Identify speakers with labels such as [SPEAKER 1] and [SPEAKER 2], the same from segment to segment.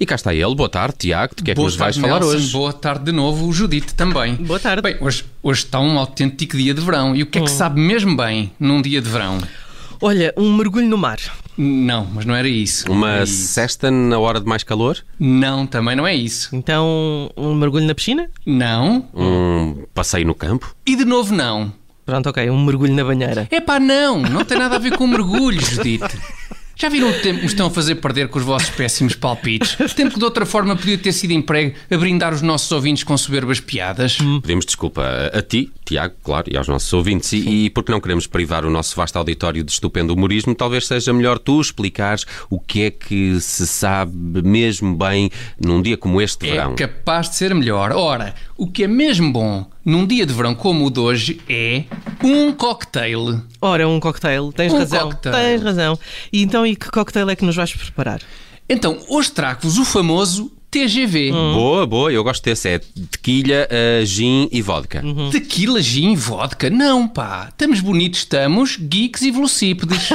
[SPEAKER 1] E cá está ele. Boa tarde, Tiago. De que é que
[SPEAKER 2] Boa
[SPEAKER 1] nos vais
[SPEAKER 2] tarde,
[SPEAKER 1] falar
[SPEAKER 2] Nelson.
[SPEAKER 1] hoje?
[SPEAKER 2] Boa tarde de novo, Judite também.
[SPEAKER 3] Boa tarde. Oh.
[SPEAKER 2] Bem, hoje, hoje está um autêntico dia de verão. E o que é que sabe mesmo bem num dia de verão?
[SPEAKER 3] Olha, um mergulho no mar.
[SPEAKER 2] Não, mas não era isso.
[SPEAKER 1] Uma
[SPEAKER 2] E
[SPEAKER 1] sexta na hora de mais calor?
[SPEAKER 2] Não, também não é isso.
[SPEAKER 3] Então, um mergulho na piscina?
[SPEAKER 2] Não.
[SPEAKER 1] Um passeio no campo?
[SPEAKER 2] E de novo não.
[SPEAKER 3] Pronto, ok, um mergulho na banheira.
[SPEAKER 2] Epá, não. Não tem nada a ver com mergulho, Judite. Já viram o tempo que me estão a fazer perder com os vossos péssimos palpites? Tempo que de outra forma podia ter sido emprego a brindar os nossos ouvintes com soberbas piadas?
[SPEAKER 1] Pedimos desculpa a, a ti, Tiago, claro, e aos nossos ouvintes. E, e porque não queremos privar o nosso vasto auditório de estupendo humorismo, talvez seja melhor tu explicares o que é que se sabe mesmo bem num dia como este de verão.
[SPEAKER 2] É capaz de ser melhor. Ora, o que é mesmo bom num dia de verão como o de hoje é um cocktail.
[SPEAKER 3] Ora, um cocktail, tens
[SPEAKER 2] Um
[SPEAKER 3] razão.
[SPEAKER 2] cocktail.
[SPEAKER 3] Tens razão. E então, e que cocktail é que nos vais preparar?
[SPEAKER 2] Então, hoje trago-vos o famoso TGV.
[SPEAKER 1] Boa, boa, eu gosto desse. É tequilha, eh, gin e vodka.
[SPEAKER 2] Tequila, gin, vodka? Não, pá. Estamos bonitos, estamos geeks e velocípedes.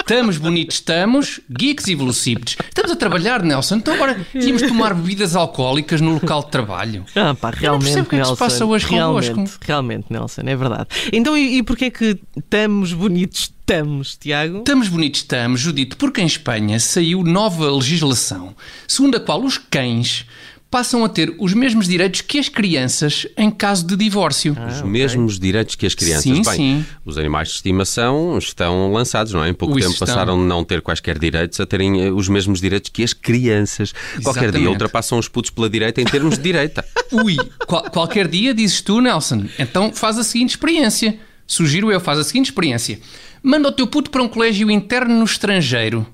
[SPEAKER 2] estamos bonitos, estamos geeks e velocípedes. Estamos a trabalhar, Nelson. Então agora tínhamos de tomar bebidas alcoólicas no local de trabalho.
[SPEAKER 3] Ah, pá, realmente,
[SPEAKER 2] percebo o que é que se
[SPEAKER 3] Nelson.
[SPEAKER 2] passa hoje
[SPEAKER 3] realmente,
[SPEAKER 2] convosco.
[SPEAKER 3] realmente, Nelson, é verdade. Então, e, e porquê é que estamos bonitos, estamos, Tiago?
[SPEAKER 2] Estamos bonitos, estamos, Judito, porque em Espanha saiu nova legislação, segundo a qual os cães passam a ter os mesmos direitos que as crianças em caso de divórcio.
[SPEAKER 1] Os mesmos direitos que as crianças.
[SPEAKER 2] Ah, Sim,
[SPEAKER 1] Bem,
[SPEAKER 2] sim.
[SPEAKER 1] os animais de estimação estão lançados, não é? Em pouco
[SPEAKER 2] Ui,
[SPEAKER 1] tempo
[SPEAKER 2] estão.
[SPEAKER 1] passaram de não ter quaisquer direitos a terem eh, os mesmos direitos que as crianças. Qualquer dia
[SPEAKER 2] Exatamente.
[SPEAKER 1] ultrapassam os putos pela direita em termos de direita.
[SPEAKER 2] Ui, qual- qualquer dia dizes tu, Nelson, então faz a seguinte experiência. Sugiro eu, faz a seguinte experiência. Manda o teu puto para um colégio interno no estrangeiro.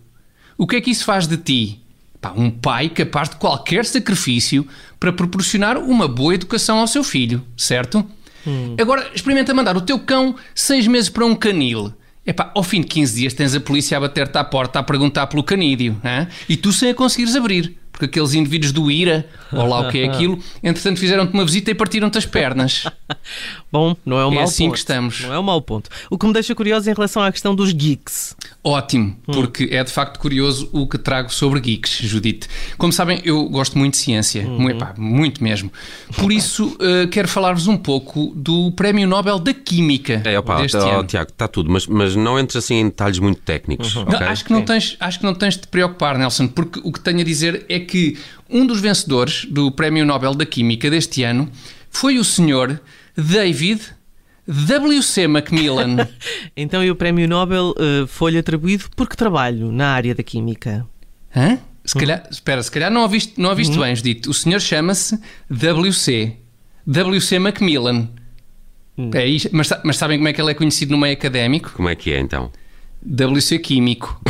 [SPEAKER 2] O que é que isso faz de ti? Pá, um pai capaz de qualquer sacrifício para proporcionar uma boa educação ao seu filho, certo? Agora, experimenta mandar o teu cão seis meses para um canil. Epá, ao fim de 15 dias tens a polícia a bater-te à porta a perguntar pelo canídeo, hã? e tu sem a conseguires abrir, porque aqueles indivíduos do IRA, ou lá o que é aquilo, entretanto fizeram-te uma visita e partiram-te as pernas.
[SPEAKER 3] Bom, não é o
[SPEAKER 2] É
[SPEAKER 3] mau
[SPEAKER 2] assim que
[SPEAKER 3] ponto.
[SPEAKER 2] estamos.
[SPEAKER 3] Não é o mau ponto. O que me deixa curioso em relação à questão dos geeks.
[SPEAKER 2] Ótimo, porque é de facto curioso o que trago sobre geeks, Judite. Como sabem, eu gosto muito de ciência, mu- epá, muito mesmo. Por isso, eh, quero falar-vos um pouco do Prémio Nobel da Química
[SPEAKER 1] É, opa,
[SPEAKER 2] deste
[SPEAKER 1] ó,
[SPEAKER 2] ano. Uhum.
[SPEAKER 1] Tiago, está tudo, mas, mas não entres assim em detalhes muito técnicos.
[SPEAKER 2] Não,
[SPEAKER 1] ok?
[SPEAKER 2] acho, que não tens, acho que não tens de te preocupar, Nelson, porque o que tenho a dizer é que um dos vencedores do Prémio Nobel da Química deste ano foi o senhor David W.C. Macmillan.
[SPEAKER 3] Então, e o Prémio Nobel eh, foi-lhe atribuído porque trabalho na área da química.
[SPEAKER 2] Hã? Se calhar, espera, se calhar não ouviste, não ouviste bem, Judito. O senhor chama-se WC. WC Macmillan. É isto, mas, sa- mas sabem como é que ele é conhecido no meio académico?
[SPEAKER 1] Como é que é então?
[SPEAKER 2] WC Químico.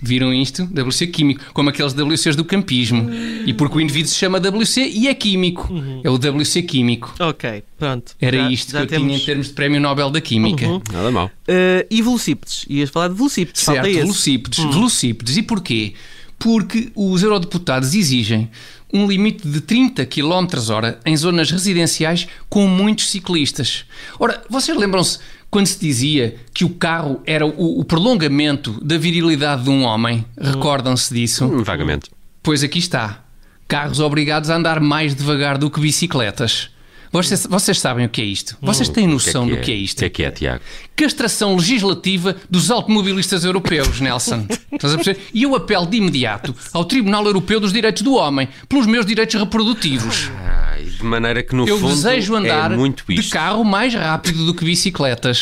[SPEAKER 2] Viram isto? WC Químico. Como aqueles WCs do campismo. E porque o indivíduo se chama WC e é químico. É o WC Químico.
[SPEAKER 3] Ok, pronto.
[SPEAKER 2] Era
[SPEAKER 3] Uhum. Já-
[SPEAKER 2] isto
[SPEAKER 3] já Uhum.
[SPEAKER 2] que eu tinha em termos de Prémio Nobel da Química.
[SPEAKER 1] Nada mal.
[SPEAKER 3] Eh, e velocípedes? Ias falar de velocípedes,
[SPEAKER 2] Certo,
[SPEAKER 3] falta esse.
[SPEAKER 2] velocípedes. Velocípedes. E porquê? Porque os eurodeputados exigem um limite de 30 km hora em zonas residenciais com muitos ciclistas. Ora, vocês lembram-se quando se dizia que o carro era o, o prolongamento da virilidade de um homem? Recordam-se disso?
[SPEAKER 1] Hum, Vagamente.
[SPEAKER 2] Pois aqui está. Carros obrigados a andar mais devagar do que bicicletas. Vocês, vocês sabem o que é isto? Vocês têm noção do que é isto?
[SPEAKER 1] O que é que é, Tiago?
[SPEAKER 2] castração legislativa dos automobilistas europeus, Nelson. Estás a perceber? E eu apelo de imediato ao Tribunal Europeu dos Direitos do Homem pelos meus direitos reprodutivos.
[SPEAKER 1] Ai, de maneira que no
[SPEAKER 2] Eu
[SPEAKER 1] fundo
[SPEAKER 2] desejo andar
[SPEAKER 1] é muito
[SPEAKER 2] de
[SPEAKER 1] isto.
[SPEAKER 2] carro mais rápido do que bicicletas.